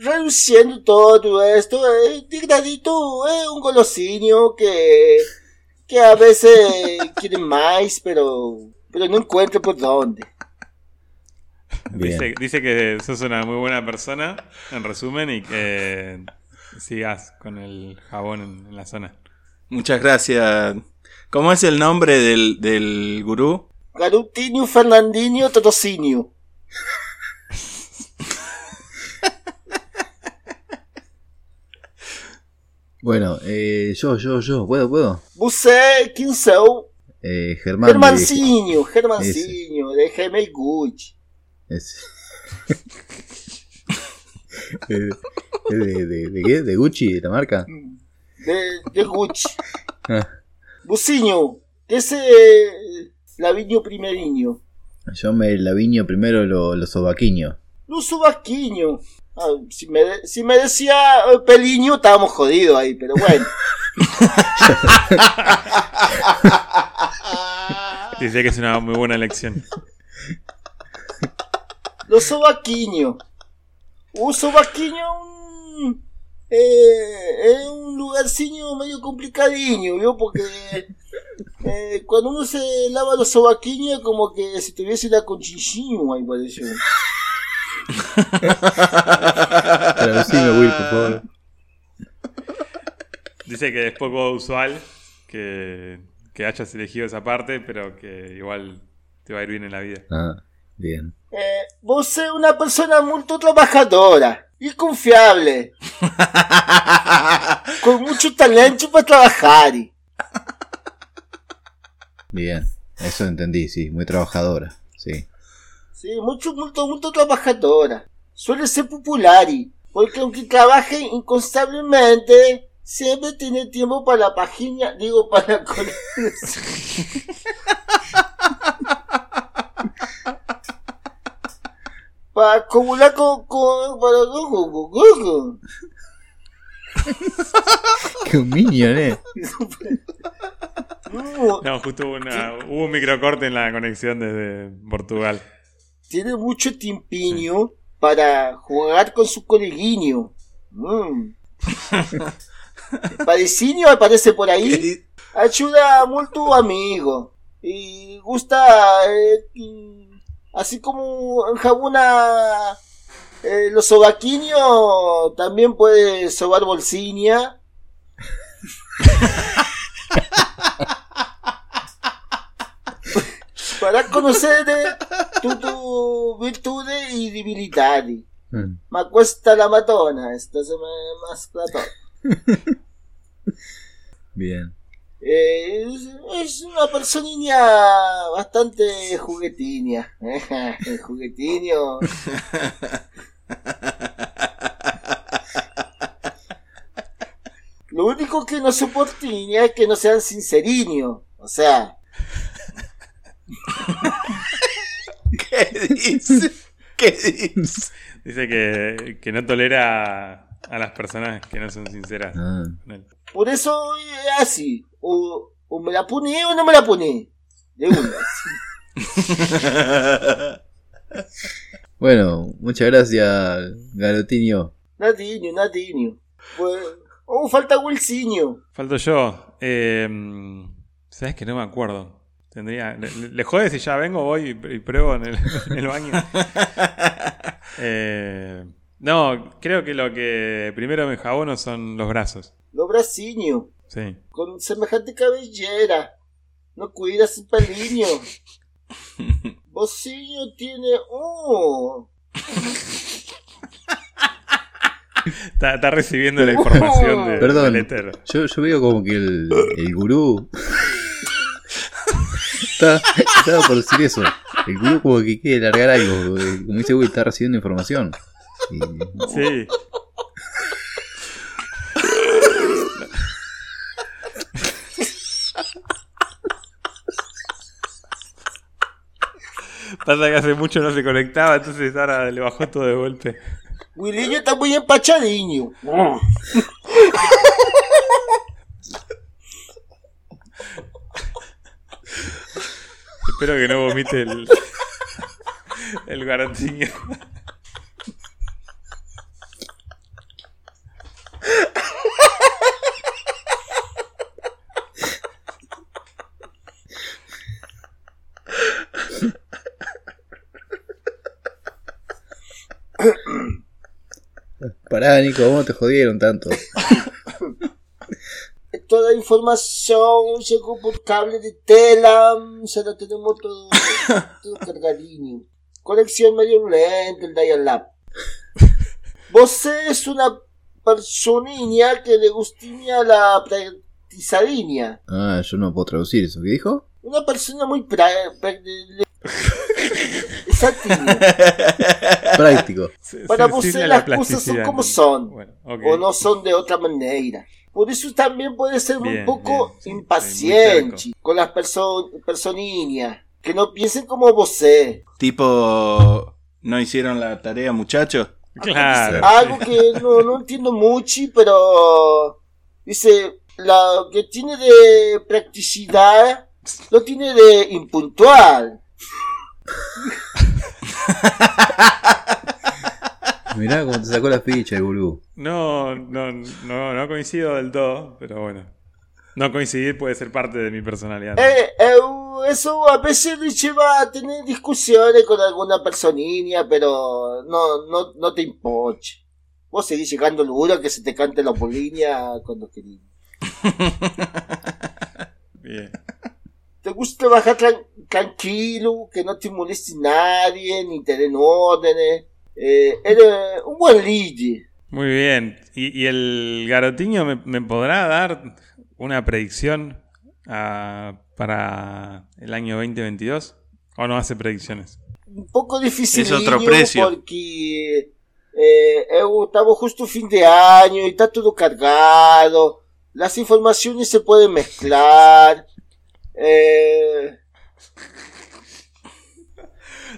D: reduciendo todo esto, eh, Dignadito es un golosinio que, que a veces quiere más, pero, pero no encuentra por dónde.
B: Bien.
C: Dice, dice que sos una muy buena persona, en resumen, y que sigas con el jabón en, en la zona.
A: Muchas gracias. ¿Cómo es el nombre del, del gurú?
D: Garutinho, Fernandinho, Totocinho.
B: Bueno, eh, yo, yo, yo, ¿puedo, puedo?
D: Você, quem são?
B: Eh, Germán. de-
D: Germancinho, Germancinho, de Gemel Gucci.
B: Es... Eh, ¿De, de, de qué? ¿De Gucci? ¿De la marca?
D: De, de Gucci.
B: Ah,
D: Bucinho, que es eh, Lavinho Primerinho.
B: yo me la viño primero lo- los sobaquiños.
D: Luzo Vasquinho. Ah, si, me, si me decía eh, Peliño, estábamos jodidos ahí, pero bueno.
C: Dice que es una muy buena elección.
D: Los sobaquiños. Un sobaquiño un, eh, es un lugarciño medio complicadinho, ¿vio? Porque eh, cuando uno se lava los sobaquiños es como que si tuviese una conchinchiño ahí pareció.
B: Traducime, Will, por favor.
C: Dice que es poco usual que, que hayas elegido esa parte, pero que igual te va a ir bien en la vida.
B: Ah, bien.
D: Eh, vos sos una persona muy trabajadora e y confiable, con mucho talento para trabajar.
B: Bien. Eso entendí, sí. Muy trabajadora. Sí.
D: Sí, mucho, mucho, mucho trabajadora. Suele ser popular, porque aunque trabaje incansablemente, siempre tiene tiempo para la página, digo, para la col- Para acumular con, con, para, con- con- con- con-
B: Qué un minion, eh.
D: Mm,
C: No, justo hubo, una- hubo un microcorte en la conexión desde Portugal.
D: Tiene mucho timpiño para jugar con su coleguinho. Mm. Parecinio aparece por
A: ¿Qué
D: ahí.
A: di-
D: Ayuda mucho amigo. Y gusta, eh, y así como enjabona eh, los sobaquiños, también puede sobar bolsinia. Para conocer tus virtudes y debilidades.
B: Mm.
D: Me cuesta la matona, esta se me más platón.
B: Bien.
D: Eh, es, es una personilla bastante juguetinia. El juguetinio. Lo único que no soportiña es que no sean sinceriño. O sea,
A: ¿Qué dice? ¿Qué dice?
C: Dice que, que no tolera a las personas que no son sinceras.
B: Ah,
C: con él.
D: por eso es así. O, o me la pone o no me la pone. De una.
B: Bueno, muchas gracias, Garotinho.
D: Nadiño, nadiño. Pues, oh, falta Wilsiño.
C: Falto yo. Eh, ¿Sabes que no me acuerdo? Tendría. ¿Le, le- le jode si ya vengo, voy y, y pruebo en el, en el baño? Eh, no, creo que lo que primero me jabono son los brazos.
D: Lo brasiño.
C: Sí.
D: con semejante cabellera. No cuida su peliño. Bocinho tiene un.
C: Está, está recibiendo la información de,
B: Perdón.
C: del éter.
B: Yo, yo veo como que el, el gurú. Está- estaba por decir eso. El gurú, como que quiere largar algo. eh, Como dice, Will, está recibiendo información. Y-
C: Sí. Pasa que hace mucho no se conectaba, entonces ahora le bajó todo de golpe.
D: Williño está muy empachadinho.
C: Espero que no vomite el, el garantiño.
B: Pará, Nico, ¿cómo te jodieron tanto?
D: Toda la información llegó por cable de tela. Se la tenemos todo, todo cargadinho. Conexión medio lenta, el dial-up. Vos es una personinha que le gustiña la practicadinha.
B: Ah, yo no puedo traducir eso. ¿Qué dijo?
D: Una persona muy pra- pra- le- Exacto.
B: Práctico.
C: Se-
D: Para
C: se
D: vos
C: signa
D: las
C: la
D: cosas son
C: plasticidad.
D: como son.
C: Bueno, ok.
D: O no son de otra manera. Por eso también puede ser
C: Bien,
D: un poco
C: bien, sí,
D: impaciente
C: sí,
D: con las perso personinhas. Que no piensen como vos. es.
A: tipo, ¿no hicieron la tarea, muchachos?
C: Claro.
D: Ah. Algo que no, no entiendo mucho, pero... Dice, lo que tiene de practicidad lo tiene de impuntual.
B: Mirá cómo te sacó la ficha el gurú.
C: No, no, no, no coincido del todo, pero bueno. No coincidir puede ser parte de mi personalidad. ¿no?
D: Eh, eh, eso a veces le lleva a tener discusiones con alguna personilla, pero no, no, no te impoche. Vos seguís llegando duro que se te cante la poliña cuando querés.
C: Bien.
D: Te gusta trabajar tran- tranquilo, que no te moleste nadie, ni te den órdenes. Eh, eres un buen lead.
C: Muy bien. ¿Y, y el garotiño me, me podrá dar una predicción ah, para el año 2022? ¿O no hace predicciones?
D: un poco difícil
A: Es otro precio.
D: porque eh, eu- estamos justo fin de año y está todo cargado las informaciones se pueden mezclar eh,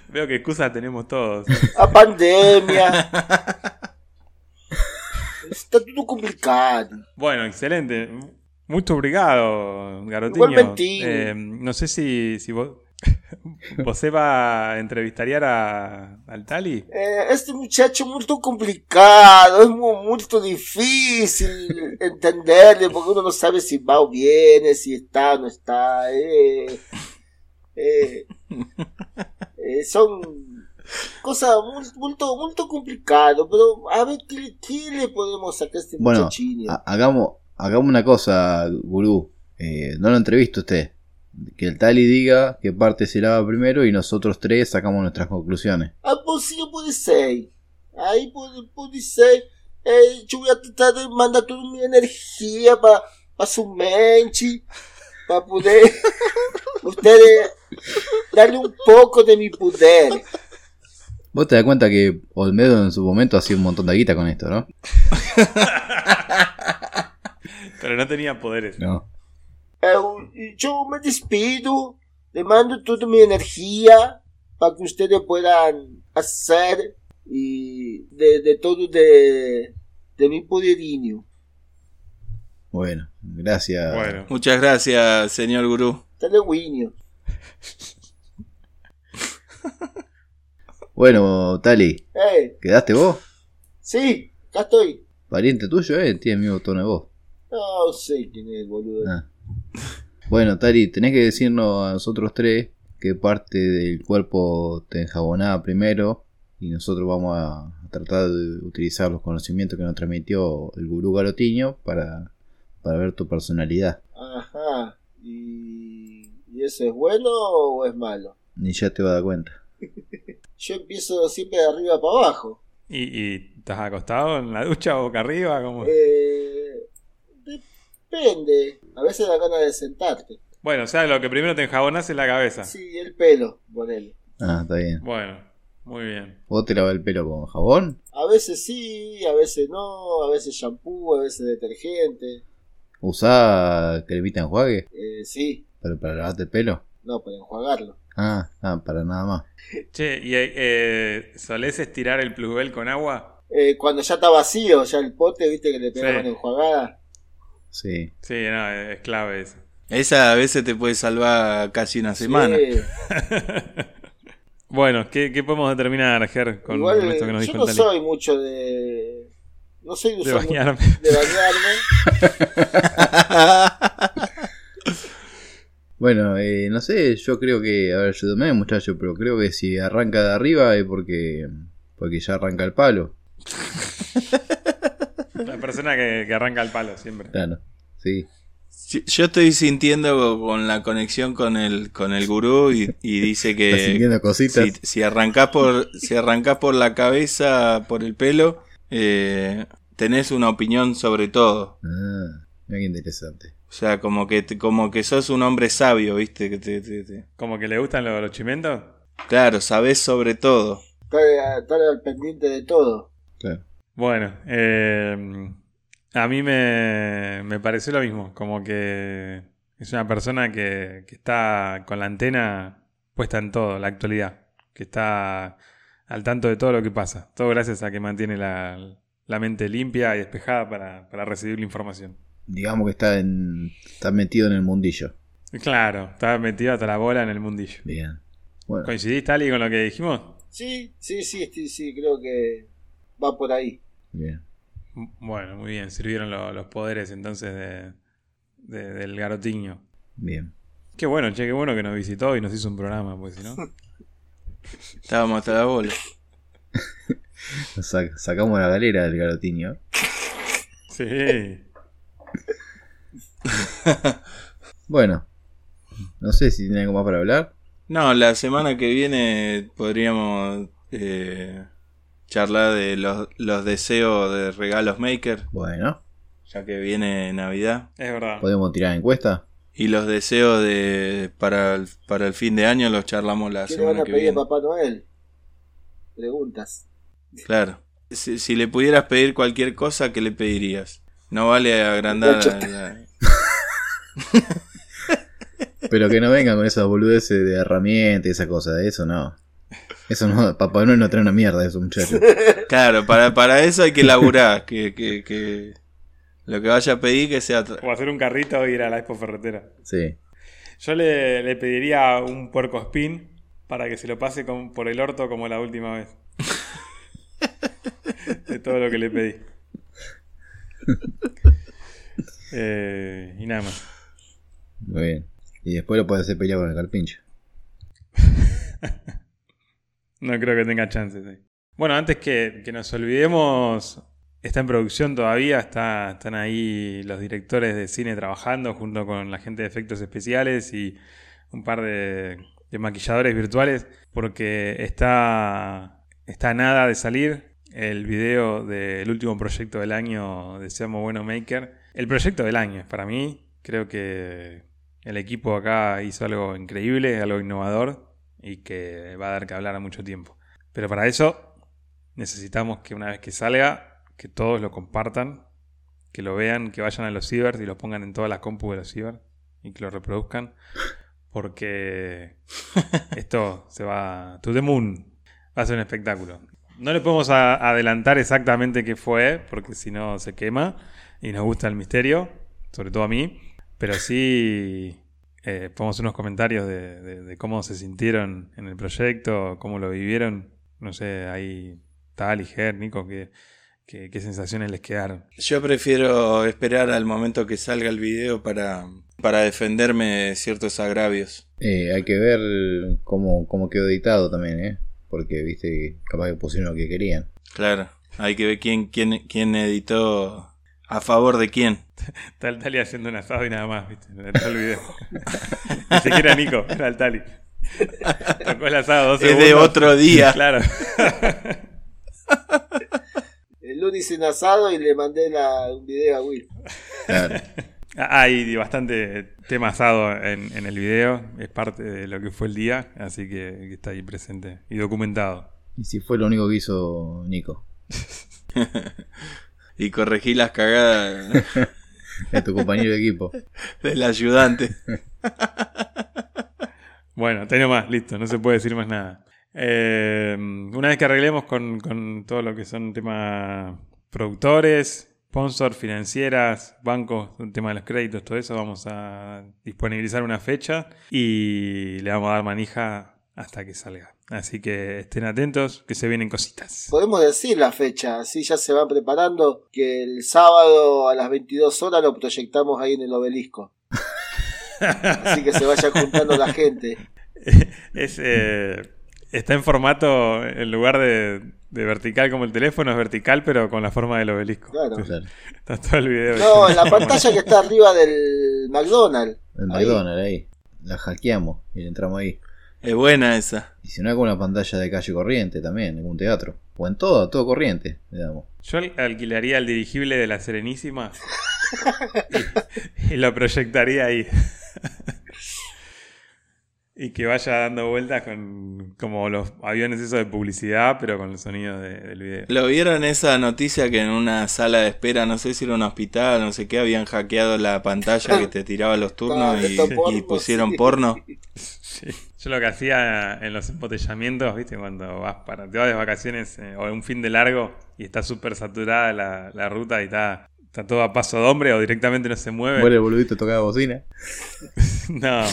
C: Veo que excusas tenemos todos.
D: a pandemia está todo complicado
C: Bueno, excelente. Mucho obrigado, Garotinho.
D: Igualmente.
C: Eh, no sé si, si vos, vos va a entrevistar a, al Tali.
D: Eh, este muchacho es muy complicado, es muy, muy difícil entenderle, porque uno no sabe si va o viene, si está o no está. eh, eh, eh, son cosas muy, muy, muy complicadas, pero a ver qué, le- qué le podemos sacar a este
B: Bueno,
D: muchachino.
B: Ha- Hagamos, hagamos una cosa, gurú. Eh, no lo entreviste usted. Que el Tali diga qué parte se lava primero y nosotros tres sacamos nuestras conclusiones.
D: Ah, pues sí, puede ser. Ahí puede, puede ser. Eh, yo voy a tratar de mandar toda mi energía para su mente, para poder ustedes darle un poco um de mi poder.
B: Vos te das cuenta que Olmedo en su momento hacía un montón de guita con esto, ¿no?
C: Pero no tenía poderes.
B: No.
D: Eh, y yo me despido, le mando toda mi energía para que ustedes puedan hacer y de, de todo de, de mi poderinho.
B: Bueno, gracias.
C: Bueno,
A: Muchas gracias, señor gurú.
D: Teleguinho.
B: Bueno, Tali,
D: Eh,
B: ¿quedaste vos?
D: sí, acá estoy.
B: Pariente tuyo, eh, tiene el mismo tono de voz.
D: No sé quién es, boludo.
B: Ah. Bueno, Tali, tenés que decirnos a nosotros tres qué parte del cuerpo te enjabonaba primero y nosotros vamos a tratar de utilizar los conocimientos que nos transmitió el gurú garotiño para, para ver tu personalidad.
D: Ajá. ¿Y, ¿Y eso es bueno o es malo?
B: Ni ya te vas a dar cuenta.
D: Yo empiezo siempre de arriba para abajo.
C: ¿Y, y estás acostado en la ducha boca arriba? ¿Cómo?
D: Eh, depende. A veces da ganas de sentarte.
C: Bueno, o sea, lo que primero te enjabonás es la cabeza.
D: Sí, el pelo, ponele.
B: Ah, está bien.
C: Bueno, muy bien.
B: ¿Vos te lavas el pelo con jabón?
D: A veces sí, a veces no, a veces shampoo, a veces detergente.
B: ¿Usás cremita enjuague
D: Eh, sí,
B: para, para lavarte el pelo?
D: no, para enjuagarlo.
B: Ah, ah, para nada más.
C: Che, ¿y eh, solés estirar el plusbel con agua?
D: Eh, cuando ya está vacío, ya el pote, viste que le pegaban
C: Sí.
D: enjuagada.
B: Sí.
C: Sí, no, es, es clave eso.
A: Esa a veces te puede salvar casi una semana.
D: Sí.
C: Bueno, ¿qué, qué podemos determinar, Ger, con,
D: Igual,
C: con esto que nos
D: yo
C: dijo
D: no
C: el Tali?
D: soy mucho de. No soy de
C: De
D: usar mucho-
C: bañarme.
D: de bañarme.
B: Bueno, eh, no sé, yo creo que, a ver, ayúdame muchacho, pero creo que si arranca de arriba es porque, porque ya arranca el palo,
C: La persona que, que arranca el palo siempre.
B: claro, sí.
A: Sí, Yo estoy sintiendo con la conexión con el, con el gurú y, y dice
B: Está
A: que
B: sintiendo cositas.
A: si, si arrancás por, si arrancás por la cabeza, por el pelo, eh, tenés una opinión sobre todo.
B: Ah, mira qué interesante.
A: O sea, como que, te- como que sos un hombre sabio, ¿viste? Que te- te- te-
C: Como que le gustan los, los chimentos.
A: Claro, sabés sobre todo.
D: Estar, estar al pendiente de todo.
B: Claro.
C: Bueno, eh, a mí me, me pareció lo mismo. Como que es una persona que, que está con la antena puesta en todo, la actualidad. Que está al tanto de todo lo que pasa. Todo gracias a que mantiene la, la mente limpia y despejada para, para recibir la información.
B: digamos que está, en, está metido en el mundillo.
C: Claro, está metido hasta la bola en el mundillo.
B: Bien. Bueno,
C: ¿Coincidiste, Ali, con lo que dijimos?
D: Sí, sí, sí, sí, sí, creo que va por ahí.
B: bien.
C: M- Bueno, muy bien. Sirvieron lo- los poderes entonces de, de- del garotiño.
B: Bien.
C: Qué bueno, che, qué bueno que nos visitó y nos hizo un programa, pues si no.
A: Estábamos hasta la bola.
B: Nos sac- sacamos la galera del garotinio.
C: Sí.
B: Bueno. No sé si tiene algo más para hablar.
A: No, la semana que viene podríamos eh, charlar de los, los deseos de regalos maker,
B: Bueno.
A: ya que viene Navidad.
C: Es verdad.
B: ¿Podemos tirar encuesta?
A: Y los deseos de para el, para el fin de año los charlamos la
D: ¿Qué le van
A: semana
D: a
A: que
D: pedir a
A: viene.
D: Papá Noel? Preguntas.
A: Claro. Si, si le pudieras pedir cualquier cosa, ¿qué le pedirías? No vale agrandar.
D: Mucho.
A: la-
B: Pero que no vengan con esas boludeces de herramientas y esas cosas. Eso no. Eso no. Papá Noel no trae una mierda de esos muchachos.
A: Claro, para, para eso hay que laburar. que, que, que lo que vaya a pedir que sea. tra-
C: O hacer un carrito e ir a la expo ferretera.
B: Sí.
C: Yo le, le pediría un puerco spin para que se lo pase con- por el orto como la última vez. De todo lo que le pedí. Eh, y nada más.
B: Muy bien. Y después lo puedes hacer pelear con el carpincho.
C: No creo que tenga chances. ahí. Bueno, antes que, que nos olvidemos, está en producción todavía, está, están ahí los directores de cine trabajando junto con la gente de efectos especiales y un par de, de maquilladores virtuales, porque está, está a nada de salir el video del último proyecto del año de Seamos Bueno Maker. El proyecto del año, para mí, creo que el equipo acá hizo algo increíble, algo innovador y que va a dar que hablar a mucho tiempo. Pero para eso necesitamos que una vez que salga, que todos lo compartan, que lo vean, que vayan a los cibers y lo pongan en todas las compu de los ciber y que lo reproduzcan. Porque esto se va to the moon. Va a ser un espectáculo. No le podemos a- adelantar exactamente qué fue, porque si no se quema y nos gusta el misterio, sobre todo a mí. Pero sí eh, podemos unos comentarios de, de- de cómo se sintieron en el proyecto, cómo lo vivieron. No sé, ahí tal y Ger, Nico, qué, qué- qué sensaciones les quedaron.
A: Yo prefiero esperar al momento que salga el video para, para defenderme de ciertos agravios.
B: Eh, hay que ver cómo, cómo quedó editado también, ¿eh? Porque, viste, capaz que pusieron lo que querían.
A: Claro, hay que ver quién, quién, quién editó a favor de quién.
C: Tal Tali haciendo un asado y nada más, ¿viste? En todo el video. Ni siquiera Nico, era el Tali. Tocó el asado dos
A: Es de
C: segundos.
A: otro día.
C: Claro.
D: El lunes en asado y le mandé la, un video a Will.
B: Claro.
C: Ah, Hay bastante tema asado en, en el video. Es parte de lo que fue el día, así que, que está ahí presente y documentado.
B: Y si fue lo único que hizo Nico.
A: Y corregí las cagadas
B: Es tu compañero de equipo.
A: del ayudante.
C: Bueno, tengo más, listo, no se puede decir más nada. Eh, una vez que arreglemos con, con todo lo que son temas productores, sponsors, financieras, bancos, el tema de los créditos, todo eso, vamos a disponibilizar una fecha y le vamos a dar manija hasta que salga. Así que estén atentos, que se vienen cositas.
D: Podemos decir la fecha, así ya se van preparando que el sábado a las 22 horas lo proyectamos ahí en el obelisco. Así que se vaya juntando la gente.
C: Es, eh, está en formato, en lugar de, de vertical como el teléfono, es vertical pero con la forma del obelisco.
D: Claro.
B: Claro.
C: Está todo el video.
D: No, en la pantalla que está arriba del McDonald's.
B: El
D: Ahí.
B: McDonald's ahí. La hackeamos y le entramos ahí.
A: Es buena esa.
B: Y si no, con una pantalla de calle corriente también, en un teatro. O en todo, todo corriente, le damos.
C: Yo al- alquilaría el dirigible de la Serenísima y, y lo proyectaría ahí. y que vaya dando vueltas con como los aviones esos de publicidad, pero con el sonido de- del video.
A: ¿Lo vieron esa noticia que en una sala de espera, no sé si era un hospital, no sé qué, habían hackeado la pantalla que te tiraba los turnos
D: Ah,
A: y,
D: estos pornos,
A: y pusieron
D: sí.
A: porno?
C: Sí. Yo lo que hacía en los embotellamientos, ¿viste? Cuando vas para te vas de vacaciones eh, o un fin de largo y está súper saturada la, la ruta y está Está todo a paso de hombre o directamente no se mueve.
B: Bueno, el boludito tocaba bocina.
C: No.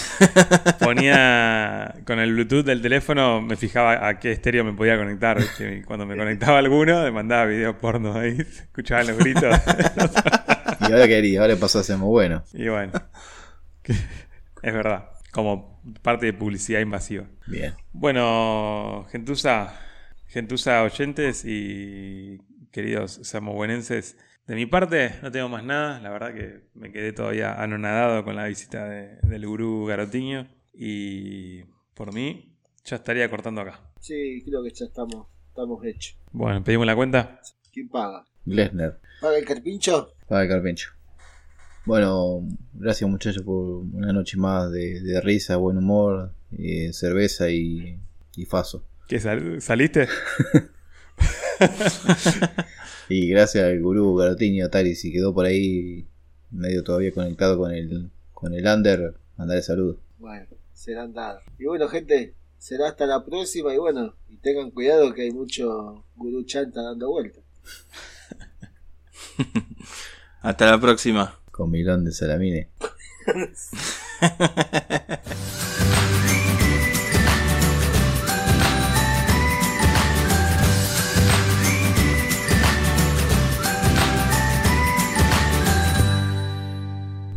C: Ponía con el Bluetooth del teléfono, me fijaba a qué estéreo me podía conectar. ¿viste? Y cuando me conectaba a alguno, me mandaba videos porno ahí. Escuchaban los gritos.
B: Y ahora quería, ahora pasó a ser muy bueno.
C: y bueno. que- Es verdad. Como parte de publicidad invasiva.
B: Bien.
C: Bueno, gentuza, gentuza oyentes y queridos samobuenenses, de mi parte no tengo más nada, la verdad que me quedé todavía anonadado con la visita de- del gurú Garotiño y por mí ya estaría cortando acá.
D: Sí, creo que ya estamos, estamos hechos.
C: Bueno, pedimos la cuenta.
D: ¿Quién paga?
B: Glesner.
D: ¿Paga el carpincho?
B: Para el carpincho. Bueno, gracias muchachos por una noche más de, de risa, buen humor, eh, cerveza y, y faso.
C: ¿Qué sal- saliste?
B: Y gracias al gurú Garotinho Tari, si quedó por ahí medio todavía conectado con el, con el under, mandarle saludos.
D: Bueno, serán dados. Y bueno, gente, será hasta la próxima. Y bueno, y tengan cuidado que hay mucho gurú chanta dando vueltas.
A: Hasta la próxima.
B: Con Milón de Salamine.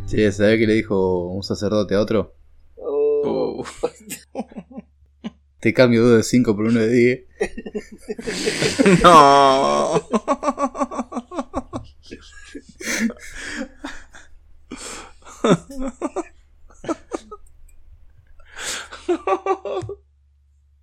B: Sí, ¿sabés qué le dijo un sacerdote a otro?
D: Oh,
A: Oh.
B: Te cambio dos de 5 por uno de 10.
A: Uh, No.